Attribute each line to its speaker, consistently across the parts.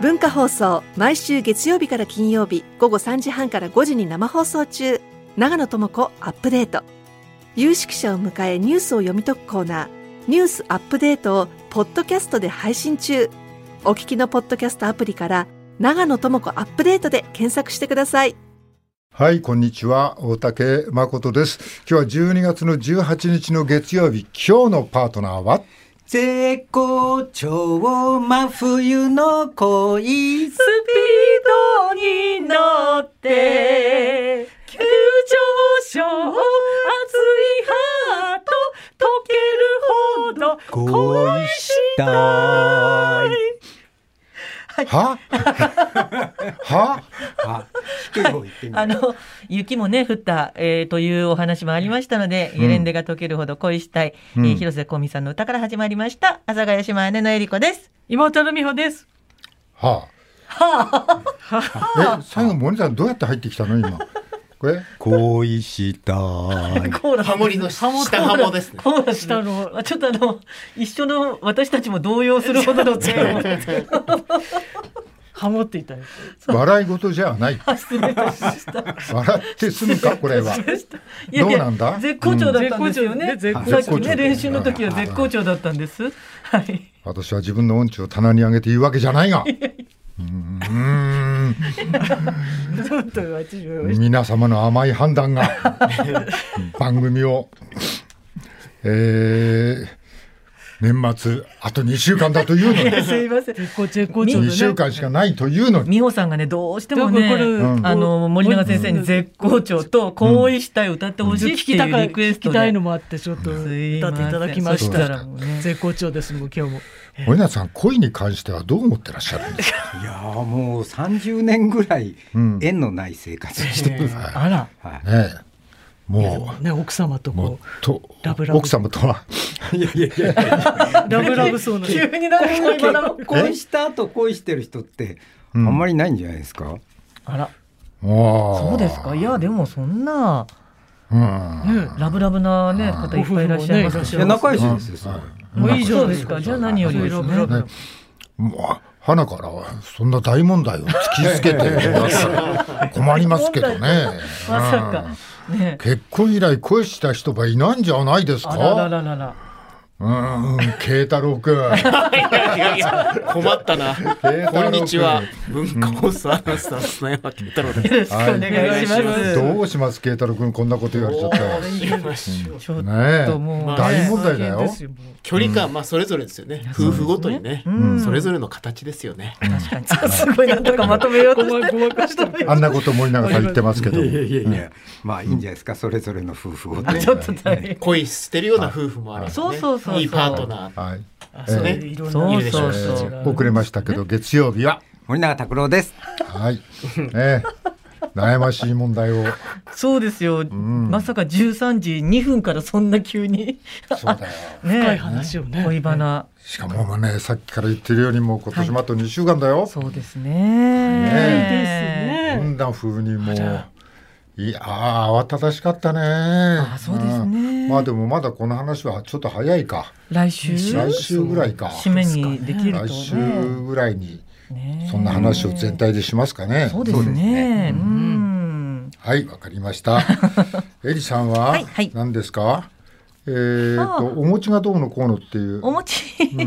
Speaker 1: 文化放送毎週月曜日から金曜日午後3時半から5時に生放送中長野智子アップデート有識者を迎えニュースを読み解くコーナー「ニュースアップデート」をポッドキャストで配信中お聞きのポッドキャストアプリから「長野智子アップデート」で検索してください
Speaker 2: はい、こんにちは。大竹誠です。今日は12月の18日の月曜日、今日のパートナーは
Speaker 3: 絶好調真冬の恋
Speaker 4: スピードに乗って急上昇熱いハート溶けるほど
Speaker 3: 恋したい
Speaker 2: はは
Speaker 3: あ低い方行ってみ
Speaker 4: あ
Speaker 3: る
Speaker 4: の雪もね降った、えーというお話もありましたので、ゲレンデが溶けるほど恋したい、
Speaker 2: ん
Speaker 4: えー広瀬香美さんの歌から始まりました阿佐ヶ谷姉妹姉のえり子です
Speaker 5: 妹の美穂です。
Speaker 2: はあ。え、最後、森さんどうやって入ってきたの今。これ
Speaker 3: 恋したい
Speaker 4: コーラ
Speaker 6: ハモリの下ハモですね。
Speaker 4: コーラ
Speaker 5: 下の
Speaker 4: ちょっとあの一緒の私たちも動揺するほどの強い
Speaker 5: ハモっていたんです。
Speaker 2: 笑い事じゃない。
Speaker 4: 失礼いたしました。
Speaker 2: 笑って済むか、これは。
Speaker 4: いやいや
Speaker 2: どうなんだ
Speaker 4: 絶好調だったんですよね。
Speaker 5: うん絶好
Speaker 2: 調ね
Speaker 4: さっきね練習の時は
Speaker 2: はい
Speaker 4: 絶好調だったんです。はい。
Speaker 2: 私は自分の音痴を棚に上げて言うわけじゃないが。うーん
Speaker 5: ちょっと私は
Speaker 2: 皆様の甘い判断が番組を、えー年末あと2週間だというのに
Speaker 4: すいません。
Speaker 5: 絶好絶好調
Speaker 2: 2週間しかないというのに
Speaker 4: 美穂さんがねどうしても
Speaker 5: どうもこれ
Speaker 4: ね
Speaker 5: う、ん
Speaker 4: あの森永先生に絶好調と行為したい歌ってほしい
Speaker 5: 聞
Speaker 4: って
Speaker 5: きた
Speaker 4: いう
Speaker 5: か
Speaker 4: リクエス
Speaker 5: 聞
Speaker 4: ト
Speaker 5: きた
Speaker 4: で
Speaker 5: いの。もあってちょっと歌っ
Speaker 4: す
Speaker 5: てい
Speaker 4: い
Speaker 5: た
Speaker 4: ません
Speaker 5: だきま
Speaker 4: そ
Speaker 5: し
Speaker 4: した
Speaker 5: た
Speaker 4: らもうね。
Speaker 5: 絶好調ですもう今日も
Speaker 2: 森永さん恋に関してはどう思ってらっしゃるんですか、
Speaker 3: いやーもう30年ぐらい
Speaker 2: うんね
Speaker 3: 縁のない生活をしてます、
Speaker 5: あら
Speaker 3: は、
Speaker 2: えも
Speaker 5: ね奥様と
Speaker 2: うもう
Speaker 5: こ
Speaker 2: と
Speaker 5: ラブラブ
Speaker 2: 奥様とはい
Speaker 3: いやいやいや
Speaker 5: うラブラブそう な
Speaker 4: 急になんか今の
Speaker 3: 恋した後恋してる人って
Speaker 2: う
Speaker 3: あ
Speaker 2: ん
Speaker 3: んまりないんじゃないですか、
Speaker 4: あらそ
Speaker 2: そう
Speaker 4: ですか。いやでもそんな
Speaker 2: うん、
Speaker 5: ね
Speaker 4: ラブラブなね方いっぱいいらっしゃいます
Speaker 3: い
Speaker 4: よ
Speaker 3: や仲良しですよすごい、
Speaker 5: もういいじゃ
Speaker 4: そ
Speaker 5: な
Speaker 4: う
Speaker 5: い
Speaker 4: で
Speaker 5: ですす
Speaker 4: か。
Speaker 5: か
Speaker 4: じゃあ何よりですね。
Speaker 2: ねもう花からはそんな大問題を突きつけて出す困りますけどね
Speaker 4: まさかね。
Speaker 2: 結婚以来恋した人がいないんじゃないですか
Speaker 4: あららららら。
Speaker 2: うーん、慶太郎くん。
Speaker 6: 困ったな。
Speaker 2: 慶太郎
Speaker 6: こん
Speaker 2: 君
Speaker 6: にちは。文化放送アナウンサー砂山健太郎です。
Speaker 4: よろしくお願いしま
Speaker 6: はいお願いし
Speaker 4: す。
Speaker 2: どうします、慶太郎くん、こんなこと言われちゃったら。
Speaker 4: ちょっ
Speaker 2: ね
Speaker 4: ともう、
Speaker 2: え、
Speaker 6: まあ
Speaker 2: 大問題だ
Speaker 5: 大
Speaker 2: よ
Speaker 5: 変で。すもう
Speaker 6: 距離感まあそれぞれですよね。夫婦ごとにね、
Speaker 4: ん
Speaker 6: それぞれの形ですよね。
Speaker 4: 確かに。あすごいなんとかまとめようとして。ごまかしてる
Speaker 2: あんなこと森永さん言ってますけ ど。
Speaker 3: いやいやいや、まあいいんじゃないですか、それぞれの夫婦ごと
Speaker 4: あちょっと大変。
Speaker 6: 恋してるような夫婦もあるしね。
Speaker 4: そうそうそうそう
Speaker 6: いいパートナー。
Speaker 2: はい。
Speaker 6: そうね。
Speaker 5: いろんな
Speaker 4: そう
Speaker 6: いるでしょ
Speaker 4: そうう
Speaker 6: ね
Speaker 4: そう。
Speaker 2: 遅れましたけど、月曜日は。
Speaker 3: 森永拓郎です。
Speaker 2: はい。ねえ。悩ましい問題を。
Speaker 4: そうですよ。まさか13時2分からそんな急に。
Speaker 2: そうだよ。
Speaker 5: 深 い
Speaker 4: ね
Speaker 5: 話を
Speaker 4: え。
Speaker 5: ね
Speaker 4: 恋バナ。
Speaker 2: しかもね、さっきから言ってるように、もう今年もあと2週間だよ。
Speaker 4: そうです
Speaker 2: ね
Speaker 4: ね。
Speaker 2: こんな風にもう。いやー慌ただしかったね。あ
Speaker 4: そうですね
Speaker 2: まあでもまだこの話はちょっと早いか。
Speaker 4: 来週
Speaker 2: 来週ぐらいか。
Speaker 4: 締めにできると
Speaker 2: 来週
Speaker 4: ね。
Speaker 2: ぐらいに
Speaker 4: ねえ
Speaker 2: そんな話を全体でしますかね。
Speaker 4: そうですね。うん。
Speaker 2: はい、わかりま した。エリさんは
Speaker 4: はいはい
Speaker 2: 何ですか。えー、
Speaker 4: あ
Speaker 2: とお餅がどうのこうのっていう。
Speaker 4: お餅、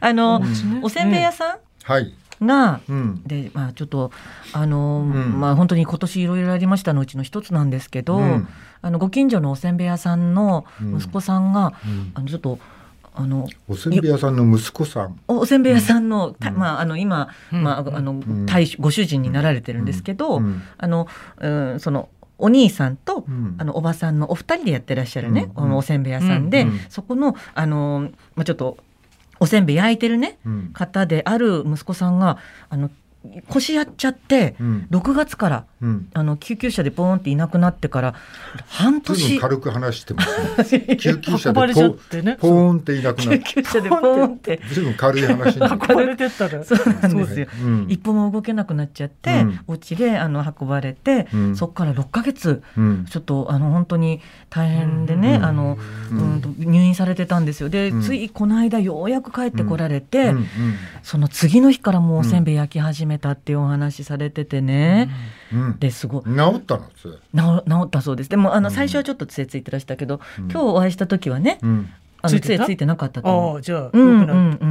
Speaker 4: あの、おせんべい屋さ
Speaker 2: はい。
Speaker 4: んが、
Speaker 2: うん。
Speaker 4: でまあちょっとあの、
Speaker 2: ん
Speaker 4: まあ本当に今年いろいろありましたのうちの一つなんですけど、
Speaker 2: うん
Speaker 4: あのご近所のおせんべい屋さんの息子さんが、あのちょっとあの
Speaker 2: おせんべい屋さんの息子さん。
Speaker 4: おおせんべい屋さんの、たまあ、あの今、まあ、あの大ご主人になられてるんですけど、
Speaker 2: うんうん
Speaker 4: あのうんそのお兄さんと、
Speaker 2: ん
Speaker 4: あのおばさんのお二人でやってらっしゃるね、
Speaker 2: うん
Speaker 4: あのおせんべい屋さん
Speaker 2: う
Speaker 4: で、
Speaker 2: ん
Speaker 4: そこのあの、まあ、ちょっとおせんべい焼いてるね、
Speaker 2: うん
Speaker 4: 方である息子さんがあの腰やっちゃって、
Speaker 2: うん
Speaker 4: 6月から
Speaker 2: うん
Speaker 4: あの救急車でポーンっていなくなってから半
Speaker 2: ずいぶん
Speaker 4: 年
Speaker 2: 軽く話してますね 救急車
Speaker 5: 運ば
Speaker 2: で
Speaker 5: れ
Speaker 2: ポ
Speaker 5: ちゃっ
Speaker 2: ー
Speaker 5: てね
Speaker 2: ポーンっていなくなっ
Speaker 4: 救
Speaker 2: て
Speaker 4: 急車でポーンって
Speaker 2: ずいぶん軽い話になる
Speaker 4: 運ば
Speaker 5: 運ばれてったら
Speaker 4: そうなんですよ。
Speaker 2: うん
Speaker 4: 一歩も動けなくなっちゃって、
Speaker 2: うん
Speaker 4: お家であの運ばれて、
Speaker 2: うん
Speaker 4: そこから6ヶ月
Speaker 2: うん
Speaker 4: ちょっとあの本当に大変でね、
Speaker 2: うん
Speaker 4: あの
Speaker 2: う
Speaker 4: うんんと入院されてたんですよで、
Speaker 2: うん
Speaker 4: ついこの間ようやく帰ってこられて、
Speaker 2: うんうん
Speaker 4: その次の日からもうおせんべい焼き始めたっていうお話されててね、
Speaker 2: うん
Speaker 4: ですごい
Speaker 2: 治ったのそれ
Speaker 4: 治治ったそうですでもあの
Speaker 2: うん
Speaker 4: 最初はちょっと杖ついてらしたけど、
Speaker 2: うん
Speaker 4: 今日お会いした時はね
Speaker 2: うん
Speaker 4: あ
Speaker 5: つ
Speaker 4: の
Speaker 5: いて
Speaker 4: 杖
Speaker 5: た
Speaker 4: ついてなかったと思う
Speaker 5: ああじゃあ、
Speaker 4: うんう
Speaker 5: 良
Speaker 4: ん
Speaker 5: く
Speaker 4: う
Speaker 5: なっ
Speaker 4: んう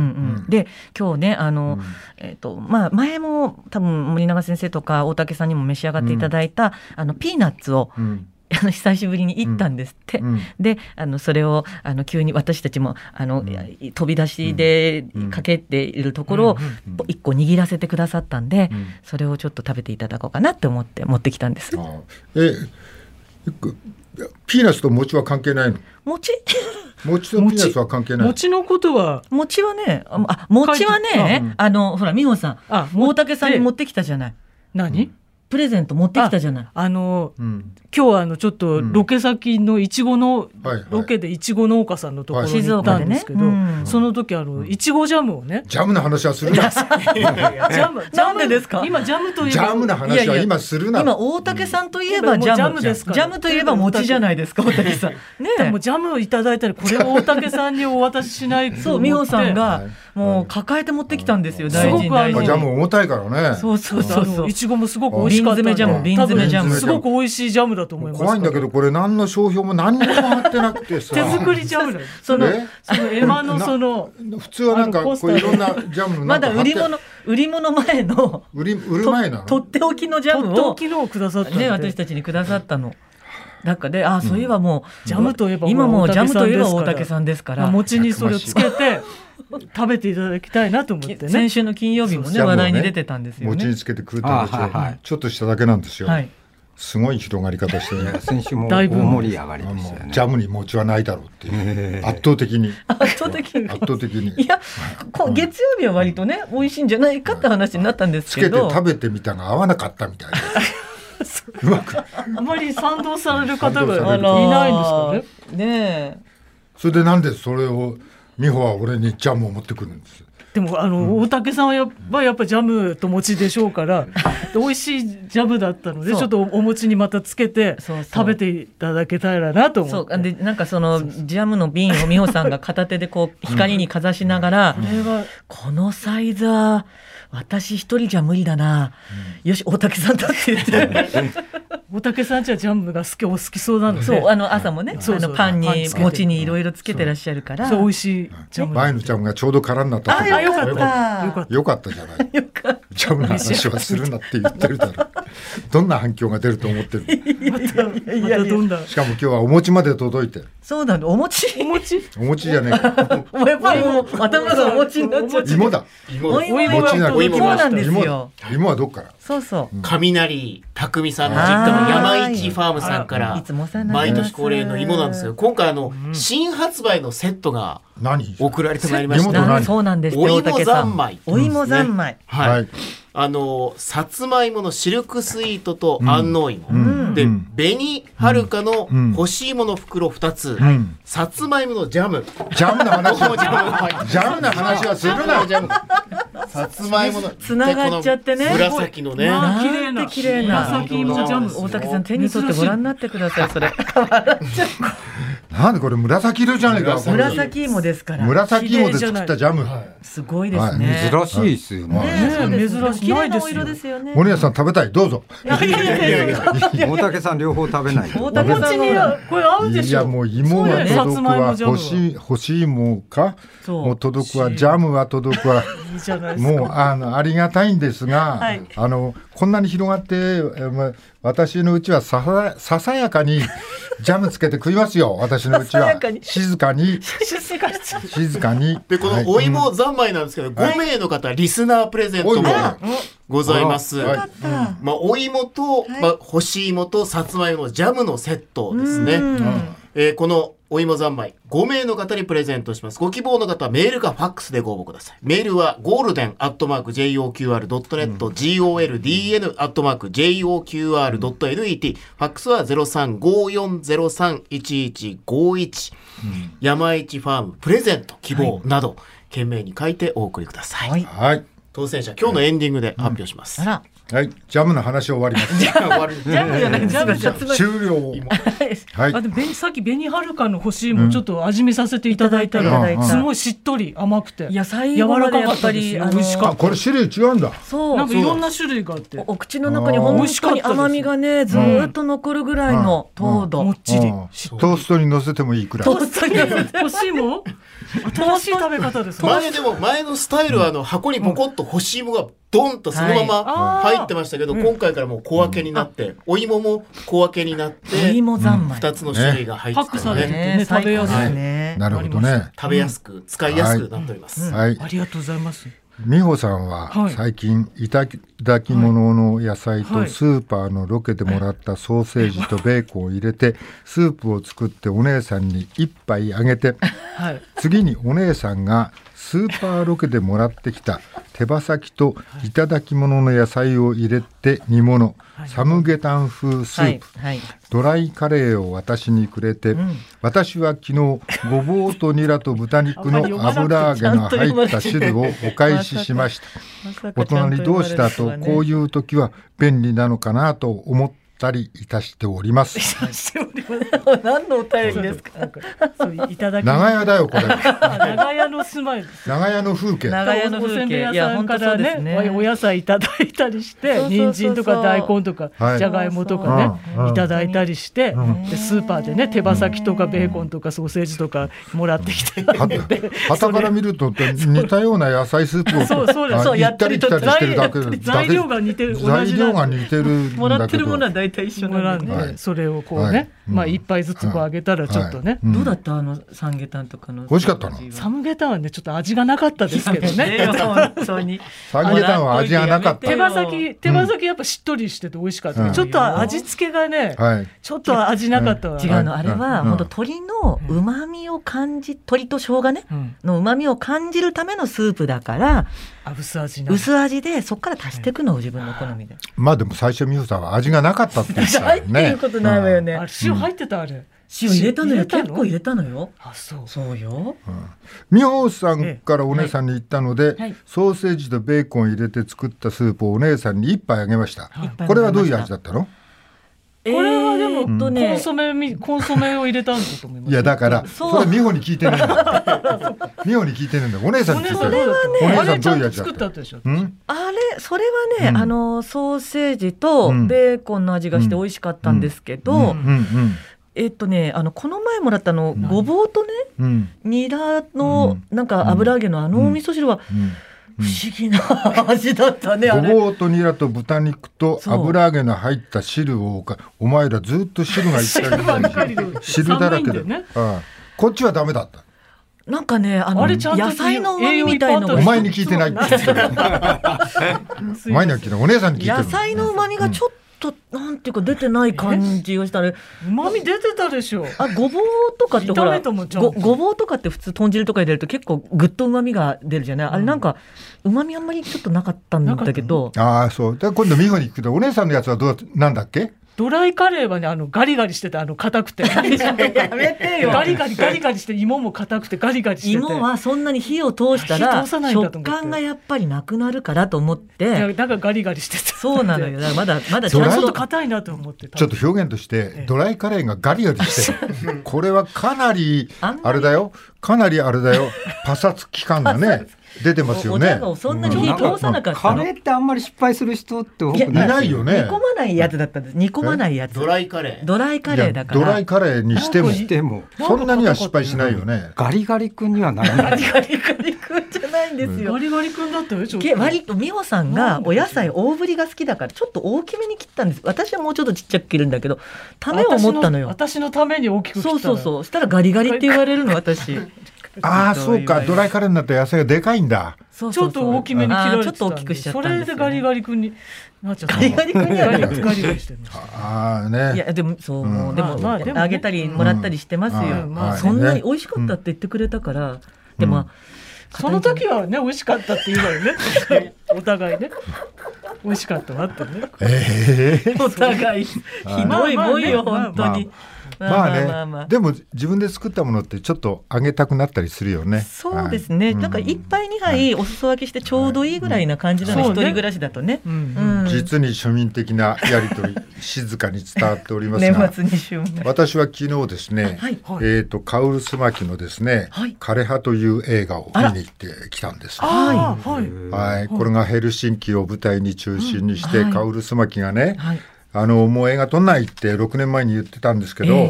Speaker 4: ん、で今日ねあの、
Speaker 2: うん
Speaker 4: えっとまあ、前も多分森永先生とか大竹さんにも召し上がっていただいた、あのピーナッツを
Speaker 2: うん
Speaker 4: あの久しぶりに行ったんですって、
Speaker 2: うん
Speaker 4: であのそれをあの急に私たちもあの、
Speaker 2: うん
Speaker 4: 飛び出しで
Speaker 2: うん
Speaker 4: かけているところを
Speaker 2: うん
Speaker 4: 一個握らせてくださったんで、
Speaker 2: うん
Speaker 4: それをちょっと食べていただこうかなって思って持ってきたんです。
Speaker 2: あえくピーナッツと餅は関係ないの
Speaker 4: 餅
Speaker 2: 餅とピーナッツは関係
Speaker 5: た
Speaker 2: ない
Speaker 5: 餅のことは
Speaker 4: 餅はねああ餅はね、
Speaker 2: うん
Speaker 4: あのほら美穂さん
Speaker 5: あ
Speaker 4: 大竹さんに持
Speaker 5: も
Speaker 4: ってきたじゃない
Speaker 5: 何、
Speaker 4: プレゼント持ってきたじゃない。
Speaker 5: あの
Speaker 2: うん
Speaker 5: 今日はあのちょっとロケ先のいちごの、
Speaker 2: はいはい
Speaker 5: ロケでいちご農家さんのところに
Speaker 4: 静
Speaker 5: 行っ
Speaker 4: 岡
Speaker 5: た
Speaker 4: で
Speaker 5: んで
Speaker 4: ね
Speaker 5: すけど、
Speaker 4: うん
Speaker 5: その時あのいちごジャムをね
Speaker 2: ジャムの話はするなジ
Speaker 5: ジャムジャ
Speaker 4: な
Speaker 5: ム
Speaker 4: んでですか
Speaker 5: 今ジャムといえば
Speaker 2: ャムの
Speaker 4: いや
Speaker 2: 話
Speaker 4: い
Speaker 2: は
Speaker 4: や
Speaker 2: 今するな
Speaker 4: 今大竹さんといえばジャム,、
Speaker 5: うんもうジャムですから
Speaker 4: ジャムといえば餅じゃないですか大竹さん。ね
Speaker 5: でもジャムをいただいたらこれを大竹さんにお渡ししないと思って
Speaker 4: そう美穂さんが
Speaker 2: は
Speaker 4: も
Speaker 2: いう
Speaker 4: 抱えて持ってきたんですよ
Speaker 2: うん
Speaker 4: 大事
Speaker 5: す
Speaker 4: に
Speaker 5: ごくあ
Speaker 4: 大
Speaker 2: まあ
Speaker 4: 事
Speaker 5: の
Speaker 4: に。
Speaker 2: ジャム重たいからね
Speaker 4: そうそうそう
Speaker 5: あ
Speaker 4: そ
Speaker 5: の
Speaker 4: う
Speaker 5: い。ちごもすごく美味しかったんで
Speaker 4: 瓶詰めジャム
Speaker 2: 瓶
Speaker 4: 詰めジャム
Speaker 5: 多分すごく美味しいジャムだと思います
Speaker 2: 怖いんだけどこれ何の商標も何にも貼ってなくてさ
Speaker 5: 手作りジャムだよその
Speaker 2: え
Speaker 5: その絵馬のその
Speaker 2: 普通はなんか
Speaker 5: あの
Speaker 2: こ
Speaker 5: ポスタ
Speaker 2: う
Speaker 5: ー
Speaker 2: い
Speaker 5: に
Speaker 2: ろんなジャムのな
Speaker 4: ま
Speaker 2: んか
Speaker 4: だ
Speaker 2: 貼
Speaker 4: 売
Speaker 2: って
Speaker 4: り物売り物前の
Speaker 2: 売り売る前なの
Speaker 4: とっておきのジャ
Speaker 5: と
Speaker 4: ム
Speaker 5: ってお
Speaker 4: を
Speaker 5: きのをくださったんで
Speaker 4: ね私たちにくださったの。なんかであそういえばもう
Speaker 5: ジャムといえば
Speaker 4: 今もうジャムといえば
Speaker 5: 大
Speaker 4: 大
Speaker 5: 竹
Speaker 4: 竹
Speaker 5: さ
Speaker 4: さんですか
Speaker 5: まあ
Speaker 4: ら。
Speaker 5: 餅にそれをつけて食べていただきたいなと思ってね
Speaker 4: 先週の金曜日も
Speaker 2: ジ
Speaker 4: ね
Speaker 2: ャムをね
Speaker 4: 話題に出てたんですよ
Speaker 2: 餅
Speaker 4: ね
Speaker 2: に。つけて食うって話を
Speaker 3: あはいはい
Speaker 2: ちょっとしただけなんですよ、
Speaker 4: はい。
Speaker 2: すごい広がり方して
Speaker 3: いや
Speaker 2: ね
Speaker 3: 先週も
Speaker 5: だ
Speaker 3: 大
Speaker 5: いぶ
Speaker 3: 盛り上が
Speaker 2: あ
Speaker 3: りでしたよ
Speaker 2: の
Speaker 3: ね
Speaker 2: ジャムに餅はないだろうってい
Speaker 3: え
Speaker 2: う
Speaker 3: え
Speaker 2: 圧倒的に
Speaker 4: 圧倒的に
Speaker 2: 圧倒的に
Speaker 4: いや、こう月曜日は割とね、美味しいんじゃないかって話になったんです
Speaker 2: つけ
Speaker 4: け
Speaker 2: て
Speaker 4: ど。
Speaker 2: 食べてみたが合わなかったみたいなうまく
Speaker 5: あまり賛同される方がい
Speaker 2: あ
Speaker 4: あ
Speaker 2: ら
Speaker 4: らー
Speaker 5: ないんですかね。
Speaker 4: ね
Speaker 2: それでなんでそれを美穂は俺にジャムを持ってくるんです
Speaker 5: でもあの大竹さんはやっぱやっぱジャムと餅でしょうから、で美味しいジャムだったので
Speaker 4: そう
Speaker 5: ちょっとお餅にまたつけて
Speaker 4: そうそう
Speaker 5: 食べていただけたらなと
Speaker 4: え。そ
Speaker 5: 思っ
Speaker 4: う
Speaker 5: て。
Speaker 4: でなんかそのジャムの瓶を美穂さんが片手でこう光にかざしながら、
Speaker 5: これは
Speaker 4: このサイズは私一人じゃ無理だな、よし大竹さんだって言って
Speaker 5: 大竹さんちはジャムが好きお好きそうなん で、
Speaker 4: そうあの朝もね、
Speaker 5: そう
Speaker 4: あ
Speaker 5: そう
Speaker 4: のパン
Speaker 5: パン
Speaker 4: に
Speaker 5: つけて
Speaker 4: 餅にいろいろつけてらっしゃるから
Speaker 5: そう美味しいジャム。
Speaker 2: 前のジャムがちょうど空になった
Speaker 4: あよかった
Speaker 2: よかっ
Speaker 5: よかった
Speaker 2: よかったじゃない
Speaker 4: よかった
Speaker 2: ジャムの話はするなって言ってるだろうどんな反響が出ると思ってる
Speaker 5: またま
Speaker 4: いや
Speaker 5: たどんな
Speaker 2: しかも今日はお餅まで届いて
Speaker 4: そうなのお餅
Speaker 5: お餅
Speaker 2: お餅じゃねえか
Speaker 4: もうやっぱりもう頭がお餅になっちゃって
Speaker 2: 芋だ
Speaker 6: 芋です
Speaker 4: お芋
Speaker 2: 餅
Speaker 4: が
Speaker 2: だ
Speaker 4: そうなんです
Speaker 2: 芋
Speaker 4: よ
Speaker 2: だ芋はどっから
Speaker 4: そうそう
Speaker 6: 雷匠さんの実家の山市ファームさんか
Speaker 4: い
Speaker 6: ら
Speaker 4: つもお世話になり
Speaker 6: 毎
Speaker 4: ます
Speaker 6: 年恒例の芋なんですよ今回あの新発売のセットが
Speaker 2: 何
Speaker 6: 送られてまいりまし
Speaker 2: 芋と
Speaker 6: た
Speaker 4: な
Speaker 2: 何
Speaker 4: そうなんです
Speaker 6: お芋
Speaker 4: 大竹さん
Speaker 6: 三昧
Speaker 4: お芋三昧、
Speaker 2: は
Speaker 6: はいいあのさつまいものシルクスイートと安納芋
Speaker 2: うん
Speaker 6: で
Speaker 2: うん
Speaker 6: 紅はるかの
Speaker 2: うん
Speaker 6: 干し芋の袋2つ
Speaker 2: うん
Speaker 6: さつまいものジャム
Speaker 2: ジャムの話
Speaker 6: 僕もジャム
Speaker 2: はジャムの話はするな
Speaker 6: ジャムさつまいもの
Speaker 4: つながっちゃってね
Speaker 6: でこの紫のね
Speaker 5: ま
Speaker 4: な
Speaker 5: あ
Speaker 4: んて
Speaker 5: 綺麗な
Speaker 4: 綺麗な
Speaker 5: 紫芋ジャム
Speaker 4: 大竹さん手に取ってご覧になってくださいそ れ
Speaker 2: なんでこれ紫色じゃねえか
Speaker 4: 紫芋ですから
Speaker 2: 紫芋で作ったジャム
Speaker 4: すごいですね、
Speaker 3: 珍しいですよ
Speaker 2: はい
Speaker 3: ね
Speaker 4: ねそうです
Speaker 5: 珍しい
Speaker 4: 綺麗
Speaker 5: ないで
Speaker 4: な
Speaker 5: す
Speaker 4: お
Speaker 5: よ
Speaker 4: 色ですよね
Speaker 2: 森谷さん食べたいどうぞ
Speaker 3: 大竹さん両方食べない
Speaker 4: 大
Speaker 5: お
Speaker 4: 竹さ
Speaker 5: 餅
Speaker 4: んの
Speaker 5: にはこれ合うで
Speaker 2: い
Speaker 5: し
Speaker 2: や
Speaker 5: ょ。
Speaker 2: もう芋は
Speaker 5: そう
Speaker 2: 届くわ
Speaker 5: だねさつまいもジャムは
Speaker 2: 欲しい欲しいもか
Speaker 4: そう
Speaker 2: もう届くわジャムは届くわ
Speaker 5: いいじゃないですか。
Speaker 2: もうあのありがたいんですが、
Speaker 4: はい
Speaker 2: あのこんなに広がってえま私のうちはささささやかに ジャムつけて食いますよ私のうち
Speaker 4: ささ
Speaker 2: は
Speaker 4: やかに
Speaker 2: 静かに
Speaker 4: 静かにちゃう
Speaker 2: 静かに
Speaker 6: でこ
Speaker 2: はい
Speaker 6: のお芋三昧なんですけど、5名の方リスナープレゼント
Speaker 2: お
Speaker 6: も
Speaker 2: 芋
Speaker 6: ございます。
Speaker 2: はい
Speaker 6: まあお芋と、まあ干し芋とさつまいものジャムのセットですね。えーこのお芋三昧5名の方にプレゼントします。ご希望の方はメールかファックスでご応募ください。メールはゴールデンアットマーク JOQR.net、GOLDN アットマーク JOQR.net、ファックスは0354031151、山一ファームプレゼント希望など、懸命に書いてお送りください。
Speaker 4: はい
Speaker 2: はい。
Speaker 6: 当選者、今日のエンディングで発表します。
Speaker 4: あら、
Speaker 2: はい。ジャムの話終わります。
Speaker 6: 終わり
Speaker 5: ジャムじゃない、ジャムじゃない。
Speaker 2: 終了。はい
Speaker 5: あ。でも紅さっき紅はるかの星もちょっと味見させていただいたら、
Speaker 2: うん
Speaker 5: すごいしっとり甘くて
Speaker 4: いや最
Speaker 5: 柔
Speaker 4: 後ま
Speaker 5: ら
Speaker 4: で
Speaker 5: か
Speaker 4: や
Speaker 5: かっ
Speaker 4: っぱ
Speaker 5: た
Speaker 4: り
Speaker 5: ですよ
Speaker 4: あの
Speaker 5: 美味しか
Speaker 2: あ、
Speaker 5: っ
Speaker 2: これ種類違うんだ。
Speaker 5: た
Speaker 4: そう
Speaker 5: なんかいろんな種類があって
Speaker 4: おお口の中に本当に甘みがねずーっと残るぐらいの糖
Speaker 5: も
Speaker 4: 度
Speaker 5: っ。ち
Speaker 2: う
Speaker 5: り
Speaker 2: んトーストに乗せてもいいくらい。
Speaker 4: 本当に
Speaker 5: 星も新しい食べ方ですね
Speaker 6: 前でも前のスタイルはあの箱にボコッと干し芋がドンとそのまま
Speaker 5: はい
Speaker 6: 入ってましたけど、今回からもう小分けになって、お芋も小分けになって
Speaker 4: お芋三昧。
Speaker 6: 2つの種類が入っ
Speaker 5: パ
Speaker 6: て
Speaker 5: ック
Speaker 6: た
Speaker 5: さ
Speaker 6: の
Speaker 5: れ
Speaker 6: で、
Speaker 5: てる
Speaker 6: ね、
Speaker 5: ね食べ
Speaker 4: 最高
Speaker 5: やすい
Speaker 4: ですね。
Speaker 2: なるほどね。
Speaker 6: 食べやすく使いやすくなっております、
Speaker 2: はい。
Speaker 5: ありがとうございます
Speaker 2: 美穂さんは
Speaker 5: はい
Speaker 2: 最近いただき物の野菜
Speaker 5: は
Speaker 2: と
Speaker 5: い
Speaker 2: スーパーのロケでもらったソーセージとベーコンを入れてスープを作ってお姉さんに一杯あげて
Speaker 5: はい
Speaker 2: 次にお姉さんがスーパーロケでもらってきた手羽先といただき物の野菜を入れて煮物サムゲタン風ス
Speaker 4: は
Speaker 2: ー
Speaker 4: い
Speaker 2: プ
Speaker 4: はい。
Speaker 2: ドライカレーを私にくれて、私は昨日ごぼうとニラと豚肉の油揚げが入った汁をお返ししましたお隣同士だとこう
Speaker 4: い
Speaker 2: いう時は便利なのかなと思ったりいたしており ます
Speaker 4: う何のお便りですか。
Speaker 5: そういただき
Speaker 2: 長屋だよこれ
Speaker 5: あ長屋の住まいです
Speaker 2: 長屋の風景
Speaker 4: 長屋の風景
Speaker 5: おお煎餅屋さんから
Speaker 4: いや本当そうです
Speaker 5: ね
Speaker 4: ね
Speaker 5: おお野菜いただいたりして
Speaker 4: そうそうそうそう
Speaker 5: 人参とか大根とか
Speaker 2: はい
Speaker 5: じゃがいもとかね、
Speaker 2: うんうん
Speaker 5: いただいたりして、
Speaker 2: ん
Speaker 5: でスーパーでね手羽先とかベーコンとかソーセージとかもらってきて、
Speaker 2: はたから見ると似たような野菜スープを
Speaker 5: そうそうだ
Speaker 2: あ
Speaker 5: そう
Speaker 2: 行
Speaker 5: や
Speaker 2: っ
Speaker 5: って
Speaker 2: たり
Speaker 5: る
Speaker 2: 来
Speaker 5: と
Speaker 2: たりしてるだけ
Speaker 5: 材材料が似てる同じな
Speaker 2: 材料が似てるん
Speaker 4: もら
Speaker 2: だ
Speaker 4: って
Speaker 2: け
Speaker 4: る
Speaker 2: ど
Speaker 4: ものは大体一緒
Speaker 5: も
Speaker 4: な
Speaker 5: らっ
Speaker 4: ん
Speaker 5: て、
Speaker 4: で。
Speaker 2: はい
Speaker 5: それをこうね、
Speaker 2: はいうん
Speaker 5: まあ一杯ずつこうあげたらちょっとね、
Speaker 2: はい
Speaker 4: どうだったあのサムゲタンとかの。
Speaker 2: 美味しかったの
Speaker 4: 味は
Speaker 5: サムゲタンはねちょっと味がなかったですけどね。
Speaker 4: ね本当に。
Speaker 2: サムゲタンは味がなかった
Speaker 5: 手羽先手羽先やっぱしっとりしてて美味しかった、
Speaker 2: うん
Speaker 5: ちょっと味付けがね、
Speaker 2: はい
Speaker 5: ちょっと味なかったわ、
Speaker 4: 違うの、
Speaker 2: はい
Speaker 4: あれは
Speaker 2: うん
Speaker 4: 本当鶏の旨味を感じ、鶏と生姜ね。
Speaker 5: うん
Speaker 4: の旨味を感じるためのスープだから、
Speaker 5: あ薄味な
Speaker 4: 薄味で、そこから足していくのを自分の好みで。
Speaker 2: まあでも最初美穂さんは味がなかったって言ってた
Speaker 4: 入っ
Speaker 2: よ
Speaker 4: て
Speaker 2: ね。
Speaker 4: いうことないわよね
Speaker 5: あ。れ塩入ってたあれ、
Speaker 4: 塩入れたの
Speaker 5: 入
Speaker 4: よ。
Speaker 5: れたの
Speaker 4: 結構入れたのよ。
Speaker 5: あそう
Speaker 4: そうよ。
Speaker 2: 美穂さんからお姉さんに言ったので、
Speaker 4: えはい
Speaker 2: ソーセージとベーコンを入れて作ったスープをお姉さんに一杯あげました、これはどういう味だったの
Speaker 4: こ
Speaker 5: これはでも
Speaker 4: と
Speaker 5: コン
Speaker 4: ね、
Speaker 5: ソメみコンソメを入れたんだと思います
Speaker 2: いやだから
Speaker 4: そう
Speaker 2: それ美穂に聞いてるんだ 美穂に聞いてるんだお姉さん
Speaker 5: お
Speaker 2: に
Speaker 5: 姉
Speaker 2: 聞い
Speaker 5: さ
Speaker 2: て
Speaker 5: んどう
Speaker 2: る
Speaker 5: だっ
Speaker 2: お
Speaker 5: た
Speaker 2: 姉さん
Speaker 5: あれちゃん
Speaker 2: どういう
Speaker 5: と
Speaker 2: 味だった
Speaker 5: 作ったでしょ
Speaker 2: うん
Speaker 4: あれ、それはね、
Speaker 2: うん
Speaker 4: あの、ソーセージと
Speaker 2: うん
Speaker 4: ベーコンの味がして美味しかったんですけど、
Speaker 2: うんうん
Speaker 4: えっとね、あの、この前もらったあの、ごぼうとね、
Speaker 2: うんうん
Speaker 4: ニラの、なん
Speaker 2: うん
Speaker 4: か油揚げのあ
Speaker 2: う
Speaker 4: の
Speaker 2: ん
Speaker 4: お味噌汁は、不思議な味だったね、あ
Speaker 2: ご
Speaker 4: れ。
Speaker 2: ぼうとニラと豚肉と
Speaker 4: そう
Speaker 2: 油揚げの入った汁をおかお前らずっと汁がいっ ぱい入ってる汁だらけ
Speaker 5: 寒い
Speaker 2: で
Speaker 5: んだよね
Speaker 2: ああこっちはダメだった
Speaker 4: なんかね、あの、
Speaker 5: あれちゃんと
Speaker 4: 野菜の旨味みたいの
Speaker 5: 栄養
Speaker 2: お
Speaker 5: いっぱいあったでしょ
Speaker 2: 前に聞いてないって言ってるお前には聞いてないお姉さんに聞いてる
Speaker 4: 野菜の旨味がちょっと、なんていうか出てない感じがしたね。
Speaker 5: うまみ出てたでしょ
Speaker 4: あ、ごぼうとかってほ
Speaker 5: 炒め
Speaker 4: ら、
Speaker 5: てもちゃ
Speaker 4: ご
Speaker 5: んと
Speaker 4: ごぼうとかって普通豚汁とか入れると結構ぐっと旨味が出るじゃない、あれなんか、旨味あんまりちょっとなかったんだけど、
Speaker 2: ああ、そう。で、今度、美穂に行くけど、お姉さんのやつはどう、なんだっけ
Speaker 5: ドライカレーはねあのガリガリしてたあの硬く てガリガリガリガリガリして芋も硬くてガリガリしてて
Speaker 4: 芋はそんなに火を通した
Speaker 5: 火
Speaker 4: ら、
Speaker 5: 通さないんだと思
Speaker 4: 食
Speaker 5: って
Speaker 4: 感がやっぱりなくなるからと思っ
Speaker 5: いや
Speaker 4: て、
Speaker 5: なんかガリガリしてた
Speaker 4: そうなのよ。だからまだ、まだち
Speaker 5: ち
Speaker 4: ゃ
Speaker 5: ょ
Speaker 4: ん
Speaker 5: っと
Speaker 4: と、
Speaker 5: 硬いなと思ってた
Speaker 2: ちょっと表現として、ドライカレーがガリガリして る。これはかなり、あれだよ。かなりあれだよ。パサつき 感がね、出てますよ
Speaker 4: お茶
Speaker 2: ね。
Speaker 4: がそんなに火通さなかった
Speaker 3: カ
Speaker 4: の。
Speaker 3: レ
Speaker 4: 煮
Speaker 3: ーってあんまり失敗する人って多く
Speaker 2: い
Speaker 3: ない
Speaker 2: ないよね。
Speaker 4: 込まないやつだったんです。煮込まないやつ。
Speaker 6: ドライカレー
Speaker 4: ドライカレーだから。
Speaker 2: いやド ライカレーにしても、
Speaker 3: でも
Speaker 2: そんなには失敗しないよね。
Speaker 3: ガリガリ君にはならない
Speaker 4: ガリガリ君じゃないんですよ
Speaker 5: ガ。リガリ君だったよちょっ
Speaker 4: け
Speaker 5: と
Speaker 4: 割と美穂さんがお野菜大ぶりが好きだからちょっと大きめに切ったんです私はもうちょっとちっちゃく切るんだけどためを持ったのよ
Speaker 5: 私の私のために大きく切った
Speaker 4: そうそうそう うしたらガリガリって言われるの私
Speaker 2: ああ、そうか。ドライカレーになったら野菜がでかいんだ。
Speaker 4: そう
Speaker 5: ちょ
Speaker 4: そうそう
Speaker 5: っと大きめに切られて
Speaker 4: あ
Speaker 5: たんで
Speaker 4: ーちょっと大きくしちゃったんですよね
Speaker 5: それでガリガリ君になっちゃった
Speaker 4: ガリガリ君にはな
Speaker 5: ガリ
Speaker 4: りま
Speaker 5: ガリ
Speaker 4: す
Speaker 5: ガリガリしてました
Speaker 2: ああ、
Speaker 4: い
Speaker 2: ね。
Speaker 4: やでもそう、
Speaker 2: うん
Speaker 4: で
Speaker 5: ま
Speaker 4: も,、
Speaker 5: あ
Speaker 4: あ
Speaker 5: まあでもね
Speaker 4: げたりもらったりしてますよ、
Speaker 2: うん
Speaker 4: まあ
Speaker 2: はい
Speaker 4: そんな
Speaker 2: ね
Speaker 4: に美味しかったって言ってくれたから、でも、
Speaker 5: その時はね美味しかったって言うからねお互いね美味しかったなってね
Speaker 2: ええ。
Speaker 4: お互 いひどいもんよ、
Speaker 5: まあまあ
Speaker 4: 本当に、
Speaker 2: ま
Speaker 4: まあま
Speaker 2: あ
Speaker 4: あまあ
Speaker 2: ね。でも自分で作ったものってちょっとあげたくなったりするよね。
Speaker 4: そうですね、
Speaker 2: はい
Speaker 4: なんか一杯二杯お裾分けしてちょうどいいぐらいな感じなの、
Speaker 5: はい
Speaker 4: 一人暮らしだとね、うん
Speaker 2: 実に庶民的なやりとり静かに伝わっており ます
Speaker 4: 年
Speaker 2: が
Speaker 4: 末に週末
Speaker 2: 私は昨日ですね、
Speaker 4: はい
Speaker 2: えっ、とカウルスマキのですね、
Speaker 4: はい
Speaker 2: 枯葉という映画を見に行ってきたんです。
Speaker 5: ああはい
Speaker 2: はい、これがヘルシンキを舞台に中心にして、
Speaker 4: うんはい
Speaker 2: カウルスマキがね、
Speaker 4: はい
Speaker 2: あのもう映画撮んないって6年前に言ってたんですけど、え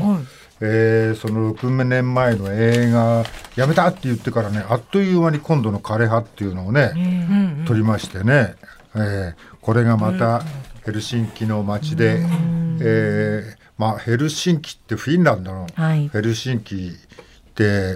Speaker 2: ーその6年前の映画やめたって言ってからねあっという間に今度の「枯葉」っていうのをね、撮りましてね、えーこれがまたヘルシンキの街で、えーまあ、ヘルシンキってフィンランドの
Speaker 4: はい
Speaker 2: ヘルシンキって